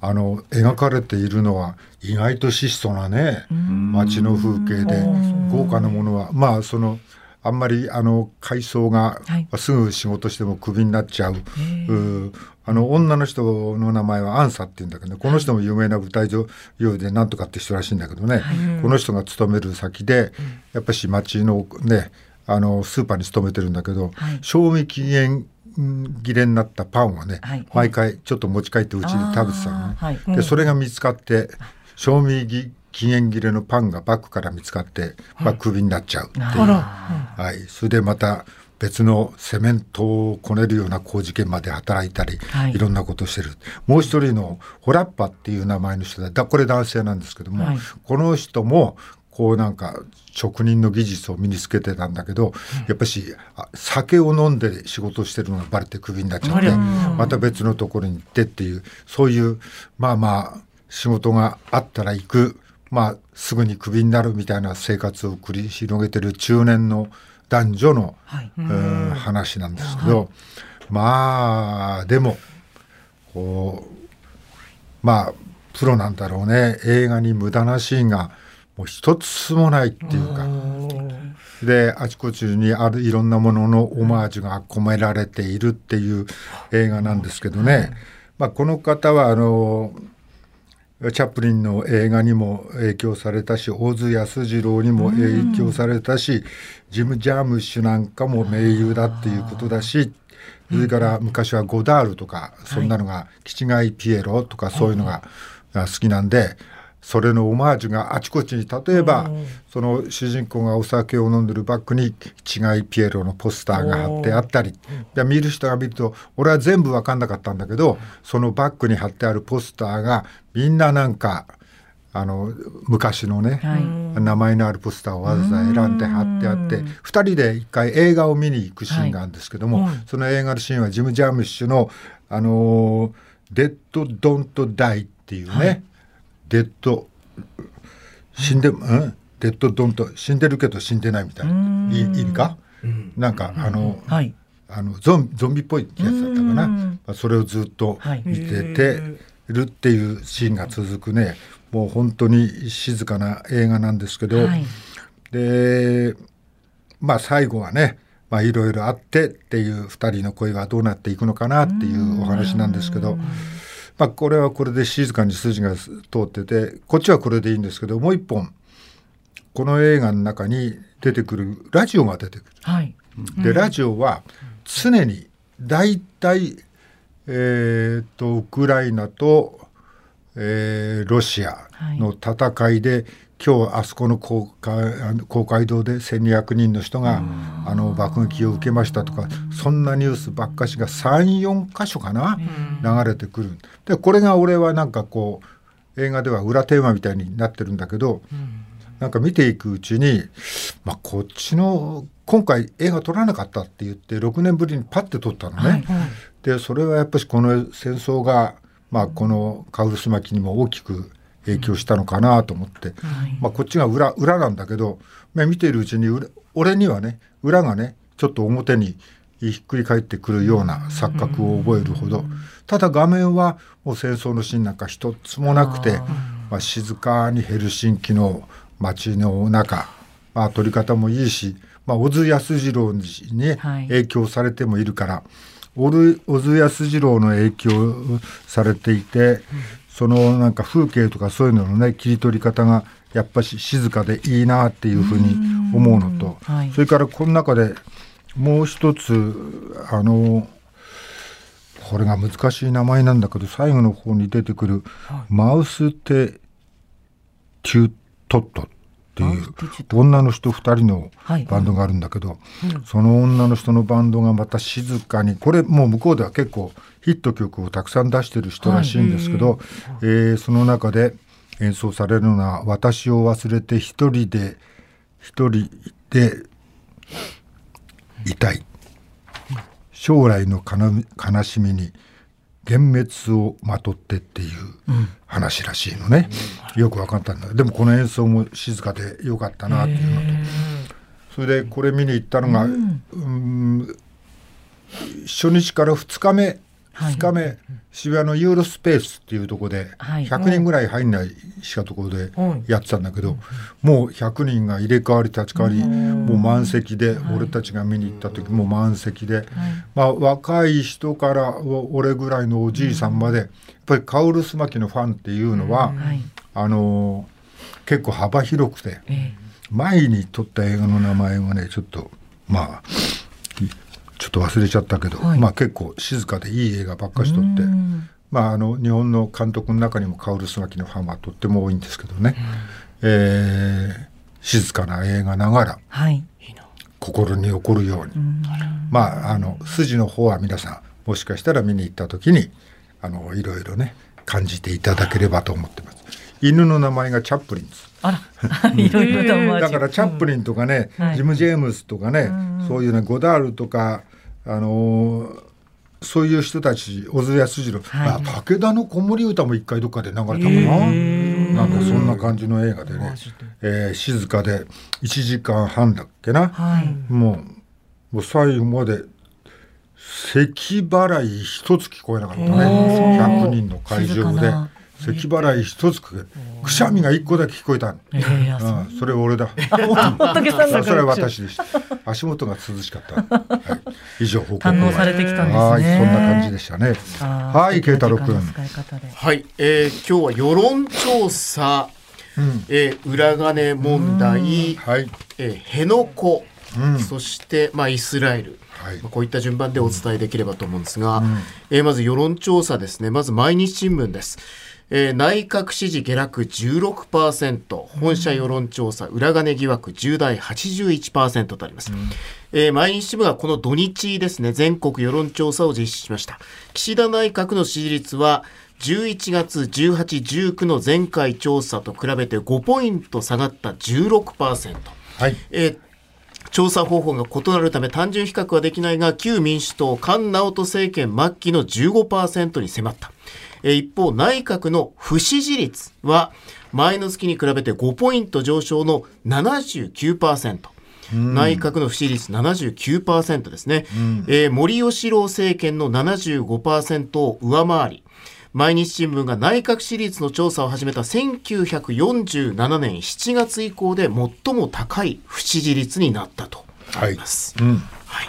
Speaker 2: あの描かれているのは意外と質素なね街の風景で豪華なものはまあそのあんまりあの階層が
Speaker 4: はい
Speaker 2: すぐ仕事してもクビになっちゃう,うー、あの女の人の名前はアンサっていうんだけど、ね、この人も有名な舞台女優でなんとかって人らしいんだけどね、この人が勤める先でやっぱし町のねあのスーパーに勤めてるんだけど、
Speaker 4: はい
Speaker 2: 賞味期限うん切れになったパンをね、
Speaker 4: はい
Speaker 2: 毎回ちょっと持ち帰ってうちで食べてたのね、
Speaker 4: あーはい
Speaker 2: でそれが見つかって賞味期限切れのパンがバッグから見つかって、まあ、クビになっちゃうっていう、はいそれでまた別のセメントをこねるような工事現場で働いたり、
Speaker 4: はい
Speaker 2: い、ろんなことをしてるもう一人のホラッパっていう名前の人でだこれ男性なんですけども、
Speaker 4: はい
Speaker 2: この人もこうなんか職人の技術を身につけてたんだけど、やっぱしあ酒を飲んで仕事してるのがバレてクビになっちゃってまた別のところに行ってっていうそういうまあまあ仕事があったら行く、まあ、すぐにクビになるみたいな生活を繰り広げてる中年の男女の、
Speaker 4: はい
Speaker 2: うん話なんですけど、まあでもこうまあプロなんだろうね映画に無駄なシーンがもう一つもないっていうか。であちこちにあるいろんなもののオマージュが込められているっていう映画なんですけどね、まあ、この方はあのチャップリンの映画にも影響されたし大津安二郎にも影響されたし、ジム・ジャームッシュなんかも名優だっていうことだしそれから昔はゴダールとかそんなのが「キチガイ・ピエロ」とかそういうのが好きなんで。それのオマージュがあちこちに例えばその主人公がお酒を飲んでるバッグに違いピエロのポスターが貼ってあったりで見る人が見ると俺は全部分かんなかったんだけどそのバッグに貼ってあるポスターがみんななんかあの昔のね、
Speaker 4: はい
Speaker 2: 名前のあるポスターをわざわざ選んで貼ってあって2人で一回映画を見に行くシーンがあるんですけども、その映画のシーンはジム・ジャームッシュの「あのデッド・ドント・ダイ」っていうね、デッド死んで、うん、デッドドンと死んでるけど死んでないみたいな意味か、なんかあの,、
Speaker 4: はい
Speaker 2: あのゾンゾンビっぽいやつだったかな、まあ、それをずっと
Speaker 4: はい
Speaker 2: 見ててるっていうシーンが続くねもう本当に静かな映画なんですけど、
Speaker 4: はい
Speaker 2: でまあ最後はねまあいろいろあってっていう2人の恋がどうなっていくのかなっていうお話なんですけど。まあ、これはこれで静かに筋が通っててこっちはこれでいいんですけどもう一本この映画の中に出てくるラジオが出てく
Speaker 4: はい
Speaker 2: る。でラジオは常に大体、えー、とウクライナと、えーロシアの戦いで、今日あそこの公会あの公会堂で1,200人の人があの爆撃を受けましたとかそんなニュースばっかしが34箇所かな流れてくる。でこれが俺はなんかこう映画では裏テーマみたいになってるんだけど、なんか見ていくうちに、まあ、こっちの今回映画撮らなかったって言って6年ぶりにパッて撮ったのね。でそれはやっぱしこの戦争が、まあ、このカウルス巻きにも大きく影響したのかなと思って、まあ、こっちが裏裏なんだけど、まあ、見ているうちに裏俺にはね裏がねちょっと表にひっくり返ってくるような錯覚を覚えるほど、ただ画面はもう戦争のシーンなんか一つもなくて、まあ、静かにヘルシンキの街の中、まあ、撮り方もいいし、まあ、小津安二郎に
Speaker 4: はい
Speaker 2: 影響されてもいるから、小津小津安二郎の影響されていて、そのなんか風景とかそういうののね切り取り方がやっぱし静かでいいなっていうふうに思うのと、
Speaker 4: うんはい
Speaker 2: それからこの中でもう一つあのこれが難しい名前なんだけど最後の方に出てくるマウス・テ・テュトットってい
Speaker 4: マウス
Speaker 2: う
Speaker 4: テチュト
Speaker 2: 女の人2人の
Speaker 4: はい
Speaker 2: バンドがあるんだけど、その女の人のバンドがまた静かにこれもう向こうでは結構ヒット曲をたくさん出してる人らしいんですけど、えーその中で演奏されるのは「私を忘れて一人で一人でいたい」「将来の悲み悲しみに幻滅をまとって」っていう話らしいのね、よく分かったんだでもこの演奏も静かでよかったなっていうのと。それでこれ見に行ったのが、うん初日から2日目2日目、渋谷のユーロスペースっていうところで
Speaker 4: はい
Speaker 2: 100人ぐらい入んないしかところで
Speaker 4: はい
Speaker 2: やってたんだけど、もう100人が入れ替わり立ち替わり、もう満席で、俺たちが見に行った時も満席で、まあ、若い人からお俺ぐらいのおじいさんまで、やっぱりカウルスマキのファンっていうのは、
Speaker 4: はい
Speaker 2: あのー結構幅広くて。
Speaker 4: え
Speaker 2: 前に撮った映画の名前をねちょっとまあいちょっと忘れちゃったけど、
Speaker 4: はい
Speaker 2: まあ結構静かでいい映画ばっかし
Speaker 4: え
Speaker 2: 撮って
Speaker 4: うん
Speaker 2: まああの日本の監督の中にもカウルスマキのファンはとっても多いんですけどね、えー静かな映画ながら
Speaker 4: はい
Speaker 2: 心に起こるように、まああの筋の方は皆さんもしかしたら見に行った時にあのいろいろね感じていただければと思ってます。犬の名前がチャップリンです。
Speaker 4: あらいろいろと思
Speaker 2: だからチャップリンとかね、
Speaker 4: はい
Speaker 2: ジム・ジェームスとかね、そういうねゴダールとか、あのーそういう人たち小津安二郎、
Speaker 4: はい
Speaker 2: あ武田の子守歌も一回どっかで流れたかな、なんかそんな感じの映画でね、えー静かで1時間半だっけな、
Speaker 4: はい
Speaker 2: もうもう最後まで咳払い一つ聞こえなかったね100人の会場
Speaker 4: 静か
Speaker 2: で
Speaker 4: な
Speaker 2: 咳払い一つくくしゃみが一個だけ聞こえた、
Speaker 4: ええいや
Speaker 2: うん、それ俺だ。
Speaker 4: 仏さん
Speaker 2: そ
Speaker 4: だ
Speaker 2: それ
Speaker 4: か
Speaker 2: は
Speaker 4: ら
Speaker 2: 私でした。足元が涼しかった。はい、以上報告
Speaker 4: 堪能されてきたんですね
Speaker 2: はい、そんな感じでしたね。
Speaker 4: あー
Speaker 2: はい、慶太郎くん。
Speaker 4: 使い方で
Speaker 6: はい、えー今日は世論調査、
Speaker 2: うん
Speaker 6: えー裏金問題、
Speaker 2: はい、
Speaker 6: えー辺野古、
Speaker 2: うん
Speaker 6: そして、まあ、イスラエル、
Speaker 2: はい
Speaker 6: まあこういった順番でお伝えできればと思うんですが、えーまず世論調査ですねまず毎日新聞です、えー内閣支持下落16%本社世論調査裏金疑惑重大81%とあります、えー毎日新聞はこの土日ですね全国世論調査を実施しました岸田内閣の支持率は11月18、19の前回調査と比べて5ポイント下がった16%。
Speaker 2: はい、
Speaker 6: えー調査方法が異なるため単純比較はできないが旧民主党菅直人政権末期の15%に迫った、えー一方内閣の不支持率は前の月に比べて5ポイント上昇の79%内閣の不支持率79%ですね、えー森喜朗政権の75%を上回り毎日新聞が内閣支持率の調査を始めた1947年7月以降で最も高い不支持率になったと
Speaker 2: は
Speaker 6: あり
Speaker 2: い
Speaker 6: ま。す。
Speaker 2: うん、
Speaker 6: はい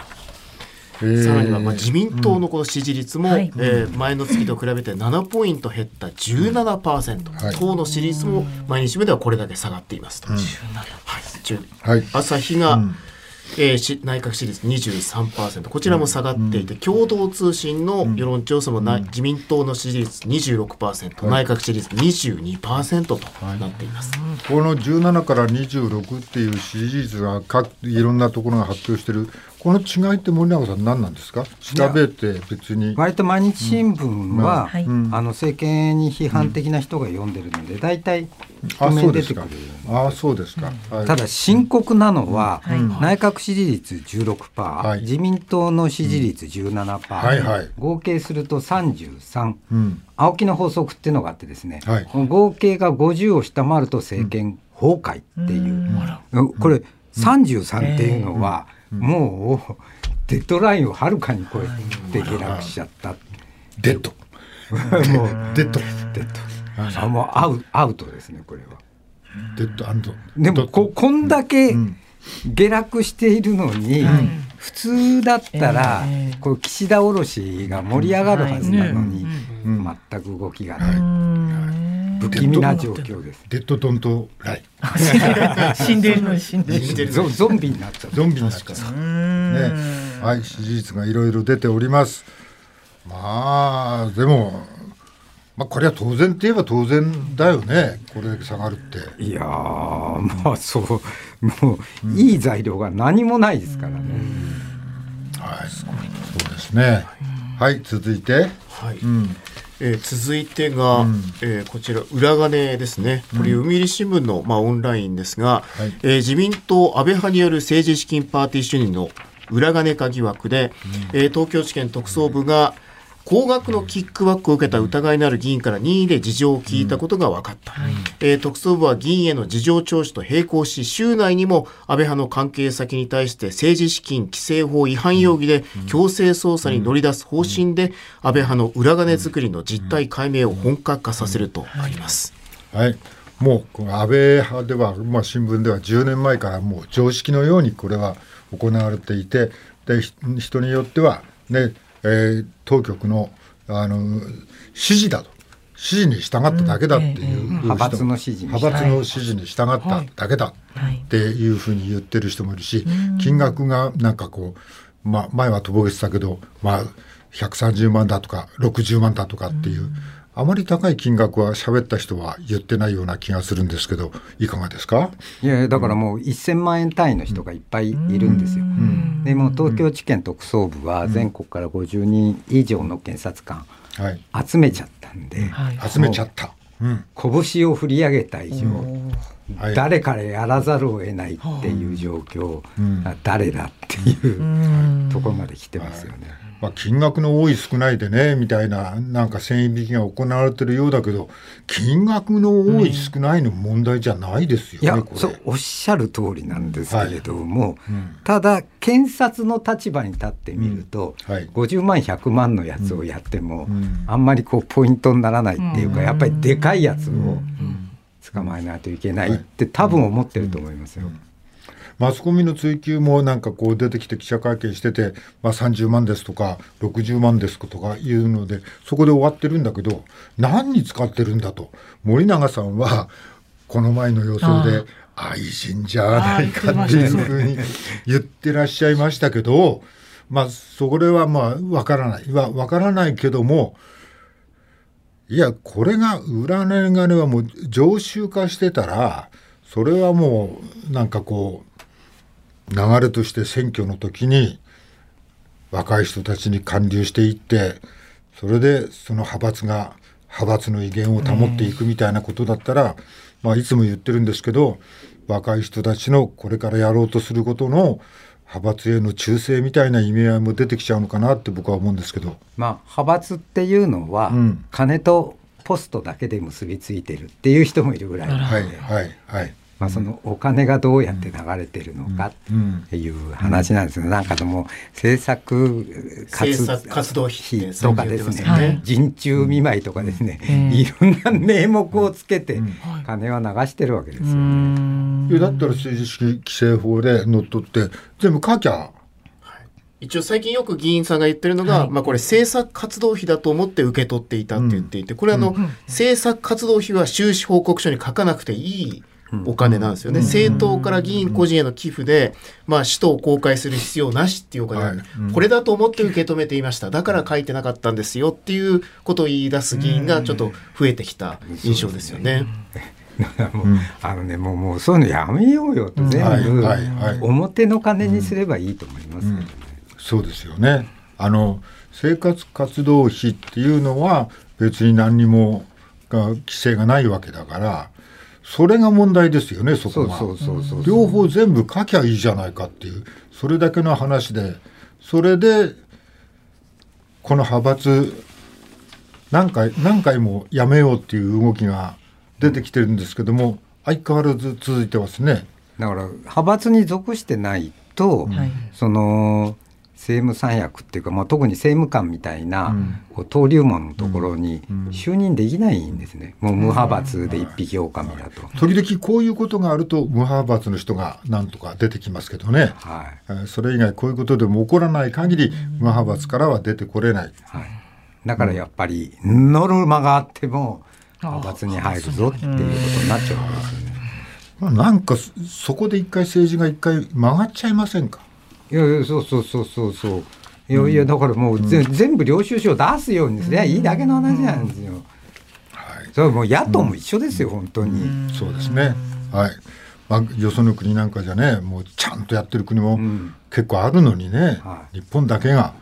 Speaker 2: えー
Speaker 6: さらにはまあ自民党のこの支持率も、
Speaker 4: はい
Speaker 6: えー前の月と比べて7ポイント減った17%、
Speaker 2: はい
Speaker 6: 党の支持率も毎日新聞ではこれだけ下がっていますと、はい10
Speaker 2: はい、
Speaker 6: 朝日が、えーし内閣支持率23%こちらも下がっていて、共同通信の世論調査もない、自民党の支持率26%、内閣支持率22%となっています。
Speaker 2: この17から26っていう支持率が各いろんなところが発表してる。この違いって森永さん何なんですか？調べて別に。
Speaker 3: 割と毎日新聞は、
Speaker 4: うん
Speaker 3: うんあの政権に批判的な人が読んでるので、大体
Speaker 2: あ、
Speaker 3: 一
Speaker 2: そ
Speaker 3: 面
Speaker 2: うで
Speaker 3: 出
Speaker 2: す
Speaker 3: てく
Speaker 2: か
Speaker 3: る。
Speaker 2: あ、そうですか。はい
Speaker 3: ただ深刻なのは、
Speaker 4: うん
Speaker 3: 内閣支持率16%、
Speaker 2: はい
Speaker 3: 自民党の支持率17%、
Speaker 2: はいはい
Speaker 3: 合計すると33、
Speaker 2: うん、
Speaker 3: 青木の法則っていうのがあってですね、
Speaker 2: はい
Speaker 3: この合計が50を下回ると政権崩壊っていう、これ33っていうのはもうデッドラインをはるかに超えて下落しちゃったって
Speaker 2: デッド
Speaker 3: もう
Speaker 2: デッド
Speaker 3: デッドあもうアウアウトですねこれは
Speaker 2: デッドアンド
Speaker 3: でもここんだけ
Speaker 2: ん
Speaker 3: 下落しているのに、普通だったら、こう岸田卸が盛り上がるはずなのに、うん全く動きがない、不気味な状況です
Speaker 2: デッドドントライ
Speaker 5: 死んでいるのに死んでいる。
Speaker 2: 死んでる
Speaker 3: ゾゾンビになっちゃった
Speaker 2: ゾンビになっちゃったねはい支持率がいろいろ出ておりますまあでもまあこれは当然って言えば当然だよねこれだけ下がるって
Speaker 3: いやーまあそうもういい材料が何もないですからね、
Speaker 2: はいそうですねはい続いて
Speaker 6: はい
Speaker 2: うん
Speaker 6: えー続いてが、えーこちら裏金ですねこれ読売新聞の、まあ、オンラインですが、
Speaker 2: い
Speaker 6: えー自民党安倍派による政治資金パーティー主任の裏金化疑惑で、えー東京地検特捜部が高額のキックバックを受けた疑いのある議員から任意で事情を聞いたことが分かった、えー特捜部は議員への事情聴取と並行し週内にも安倍派の関係先に対して政治資金規正法違反容疑で強制捜査に乗り出す方針で安倍派の裏金作りの実態解明を本格化させるとあります。
Speaker 2: はい、もうこの安倍派では、まあ、新聞では10年前からもう常識のようにこれは行われていてでひ人によっては、ねえー当局のあの指示だと指示に従っただけだっていう、
Speaker 3: 派閥の指示に
Speaker 2: 派閥の指示に従っただけだっていうふうに言ってる人もいるし、金額がなんかこう、まあ、前はとぼけてたけど、まあ、130万だとか60万だとかっていう、あまり高い金額は喋った人は言ってないような気がするんですけどいかがですか
Speaker 3: いやいやだからもう1000万円単位の人がいっぱいいるんですよ。でもう東京地検特捜部は全国から50人以上の検察官
Speaker 2: はい
Speaker 3: 集めちゃったんで、
Speaker 5: はい。
Speaker 2: 集めちゃった。うん、
Speaker 3: 拳を振り上げた以上、
Speaker 2: はい
Speaker 3: 誰からやらざるを得ないっていう状況、
Speaker 2: ん
Speaker 3: あ誰だっていうところまで来てますよね。
Speaker 2: まあ、金額の多い少ないでねみたいななんか線引きが行われてるようだけど金額の多い少ないの問題じゃないですよ
Speaker 3: い
Speaker 2: ね、
Speaker 3: や
Speaker 2: これ
Speaker 3: そうおっしゃる通りなんですけれども、
Speaker 2: ん
Speaker 3: ただ検察の立場に立ってみると、
Speaker 2: うんはい
Speaker 3: 50万100万のやつをやっても、
Speaker 2: ん
Speaker 3: あんまりこうポイントにならないっていうか、やっぱりでかいやつを捕まえないといけないって多分思ってると思いますよ。
Speaker 2: マスコミの追及もなんかこう出てきて記者会見してて、まあ、30万ですとか60万ですとかいうのでそこで終わってるんだけど何に使ってるんだと森永さんはこの前の予想で愛人じゃないかっていうふうに言ってらっしゃいましたけどまあそれはまあわからないわわからないけどもいや、これが裏値金はもう常習化してたら、それはもうなんかこう、流れとして選挙の時に若い人たちに還流していって、それでその派閥が派閥の威厳を保っていくみたいなことだったら、まあいつも言ってるんですけど、若い人たちのこれからやろうとすることの派閥への忠誠みたいな意味合いも出てきちゃうのかなって僕は思うんですけど。
Speaker 3: まあ派閥っていうのは、
Speaker 2: うん
Speaker 3: 金とポストだけで結びついてるっていう人もいるぐらいなので、
Speaker 2: はい、はい、はい。
Speaker 3: まあ、そのお金がどうやって流れてるのか
Speaker 2: うん
Speaker 3: っていう話なんですね、なんかでも政策
Speaker 6: 政策活動費って
Speaker 3: とかですね
Speaker 6: 最近言ってますよね
Speaker 3: 人中見舞いとかですね、
Speaker 5: ん
Speaker 3: いろんな名目をつけて
Speaker 5: はい
Speaker 3: 金は流してるわけですよ、
Speaker 2: いやだったら政治資金規正法で乗っ取って全部書きゃ
Speaker 6: 一応最近よく議員さんが言ってるのが、まあこれ政策活動費だと思って受け取っていたって言っていて、これあの、政策活動費は収支報告書に書かなくていいお金なんですよね。政党から議員個人への寄付で、まあ使途を公開する必要なしっていうお金なんで、これだと思って受け止めていました。だから書いてなかったんですよっていうことを言い出す議員がちょっと増えてきた印象ですよね。
Speaker 3: もうあのねもうもうそういうのやめようよと全
Speaker 2: うん
Speaker 3: 部
Speaker 2: はいはいはい
Speaker 3: 表の金にすればいいと思いますけどね、
Speaker 2: そうですよねあの生活活動費っていうのは別に何にもが規制がないわけだからそれが問題ですよねそ
Speaker 3: そ
Speaker 2: こ
Speaker 3: う
Speaker 2: は
Speaker 3: そうそうそう
Speaker 2: 両方全部書きゃいいじゃないかっていうそれだけの話でそれでこの派閥何回何回もやめようっていう動きが出てきてるんですけども相変わらず続いてますね。
Speaker 3: だから派閥に属してないと、その政務三役っていうか、まあ、特に政務官みたいな、こう登竜門のところに就任できないんですね、もう無派閥で一匹狼だと、
Speaker 2: 時々こういうことがあると無派閥の人がなんとか出てきますけどね、
Speaker 3: は
Speaker 2: えーそれ以外こういうことでも起こらない限り無派閥からは出てこれない、
Speaker 3: いはい、だからやっぱりノルマがあっても派閥に入るぞっていうことになっちゃうんですよね。
Speaker 2: まあ、なんかそそこで一回政治が一回曲がっちゃいませんか
Speaker 3: いやいやそうそうそうそうそういやいやだからもうぜ、全部領収書を出すようにすりゃいいだけの話なんですよ。
Speaker 2: はい
Speaker 3: それはもう野党も一緒ですよ、本当に。
Speaker 2: そうですね。はい。まあ、よその国なんかじゃね、もうちゃんとやってる国も
Speaker 3: ん
Speaker 2: 結構あるのにね、
Speaker 3: は
Speaker 2: 日本だけが、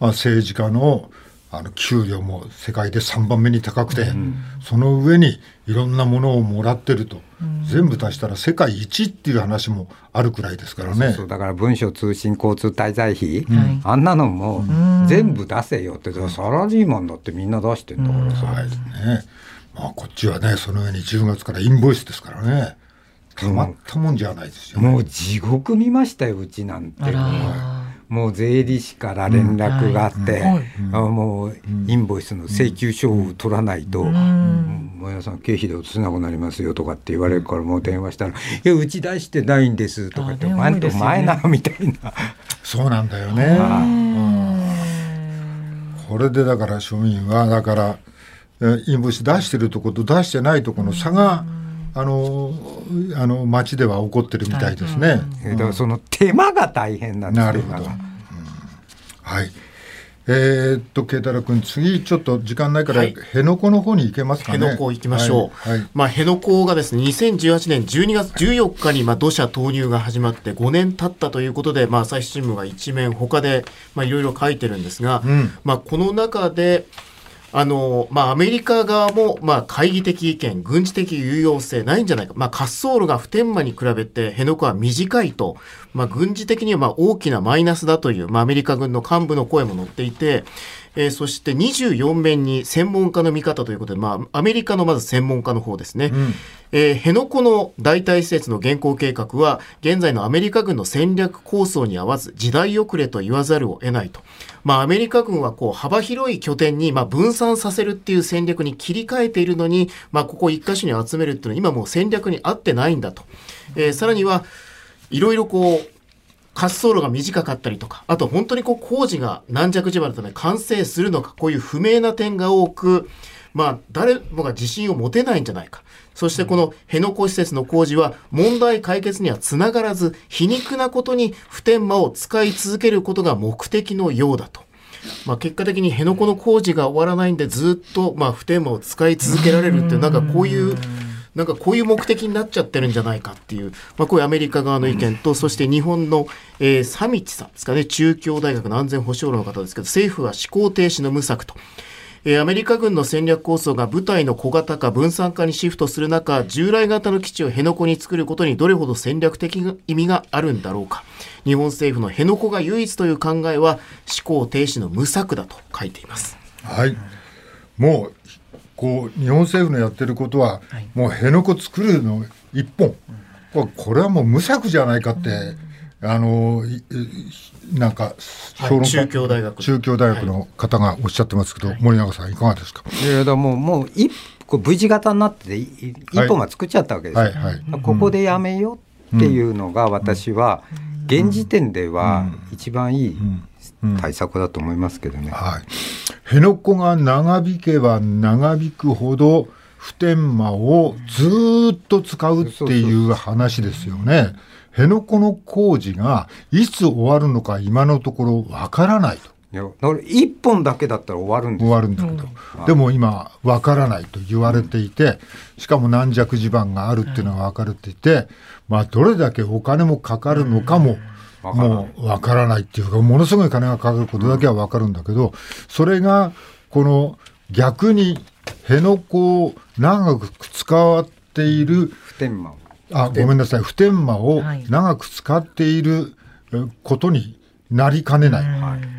Speaker 2: まあ、政治家のあの給料も世界で3番目に高くて、その上にいろんなものをもらってると、全部足したら世界一っていう話もあるくらいですからね。
Speaker 3: そうだから文書通信交通滞在費、あんなのも全部出せよって、だからサラリーマンだってみんな出してんだからさ、
Speaker 2: はいねまあ、こっちはね、その上に10月からインボイスですからね、たまったもんじゃないですよ。
Speaker 3: もう地獄見ましたようちなんてもう税理士から連絡があって、
Speaker 5: はい
Speaker 3: あもうインボイスの請求書を取らないと、もやさん経費で落とせなくなりますよとかって言われるからもう電話したら「いやうち出してないんです」とかって「
Speaker 5: あ
Speaker 3: お
Speaker 5: ね
Speaker 3: 前
Speaker 5: 多い
Speaker 3: ん
Speaker 5: で
Speaker 3: と
Speaker 5: すよね
Speaker 3: 前な」みたいな。
Speaker 2: そうなんだよね。これでだから庶民はだからえーインボイス出してるとこと出してないとこの差が、あのーあの町では起こってるみたいですね。
Speaker 3: えーだからその手間が大変なんですよ
Speaker 2: なるほど
Speaker 3: 今が
Speaker 2: はい。えーっと慶太郎君次ちょっと時間ないから、
Speaker 6: はい
Speaker 2: 辺野古の方に行けますかね。
Speaker 6: 辺野古行きましょう。
Speaker 2: はいはい
Speaker 6: まあ、辺野古がですね、2018年12月14日に、まあ、土砂投入が始まって5年経ったということで、まあ、朝日新聞が一面他で、まあ、いろいろ書いてるんですが、
Speaker 2: ん
Speaker 6: まあ、この中で、あのまあ、アメリカ側も、まあ、懐疑的意見、軍事的有用性ないんじゃないか、まあ、滑走路が普天間に比べて辺野古は短いと、まあ、軍事的にはまあ大きなマイナスだという、まあ、アメリカ軍の幹部の声も載っていて、えーそして24面に専門家の見方ということで、まあ、アメリカのまず専門家の方ですね、えー辺野古の代替施設の現行計画は現在のアメリカ軍の戦略構想に合わず時代遅れと言わざるを得ないと、まあ、アメリカ軍はこう幅広い拠点にまあ分散させるっていう戦略に切り替えているのに、まあ、ここ一箇所に集めるっていうのは今もう戦略に合ってないんだと、えーさらにはいろいろこう滑走路が短かったりとか、あと本当にこう工事が軟弱地盤のため完成するのか、こういう不明な点が多く、まあ誰もが自信を持てないんじゃないか。そしてこの辺野古施設の工事は問題解決にはつながらず、皮肉なことに普天間を使い続けることが目的のようだと。まあ、結果的に辺野古の工事が終わらないんでずっとまあ普天間を使い続けられるっていうなんかこういうなんかこういう目的になっちゃってるんじゃないかっていう、まあ、こういうアメリカ側の意見と、そして日本の、えーサミチさんですかね、中京大学の安全保障論の方ですけど、政府は思考停止の無策と。えーアメリカ軍の戦略構想が部隊の小型化、分散化にシフトする中、従来型の基地を辺野古に作ることにどれほど戦略的な意味があるんだろうか。日本政府の辺野古が唯一という考えは、思考停止の無策だと書いています。
Speaker 2: はい。もうこう日本政府のやってることは、もう辺野古作るの一本、これこれはもう無策じゃないかって、あのいいなんか
Speaker 6: はい
Speaker 2: 評論家、
Speaker 6: 中京大学
Speaker 2: 中京大学の方がおっしゃってますけど、森永さんいかがですか。
Speaker 3: いやいやだからもうもう一こう V 字型になってていい
Speaker 2: はい
Speaker 3: 一本は作っちゃったわけですよ、
Speaker 2: はいはい。
Speaker 3: ここでやめようっていうのが私は現時点では一番いい対策だと思いますけどね。
Speaker 2: はい、辺野古が長引けば長引くほど普天間をずーっと使うっていう話ですよね。辺野古の工事がいつ終わるのか今のところわからないと
Speaker 3: いやだから一本だけだったら終わるんです
Speaker 2: 終
Speaker 3: よ
Speaker 2: わるんだけど、でも今わからないと言われていてしかも軟弱地盤があるっていうのは分かれていて、まあどれだけお金もかかるのかも、もうわからないっていうかものすごい金がかかることだけはわかるんだけど、それがこの逆に辺野古を長く使っている
Speaker 3: 普天間を
Speaker 2: あごめんなさい普天間を
Speaker 4: はい
Speaker 2: 長く使っているえことになりかねない。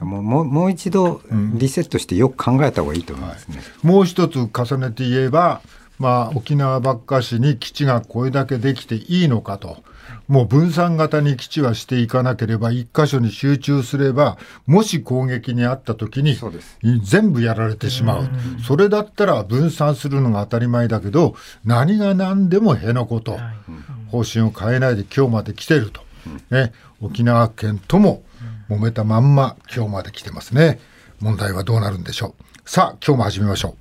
Speaker 3: もうもうもう一度リセットしてよく考えた方がいいと思いますね。
Speaker 2: もう一つ重ねて言えば、まあ、沖縄ばっかしに基地がこれだけできていいのかと、もう分散型に基地はしていかなければ、一箇所に集中すれば、もし攻撃にあったときに、全部やられてしまう。それだったら分散するのが当たり前だけど、何が何でも辺野古と、方針を変えないで今日まで来てると。ね、沖縄県とも揉めたまんま今日まで来てますね。問題はどうなるんでしょう。さあ、今日も始めましょう。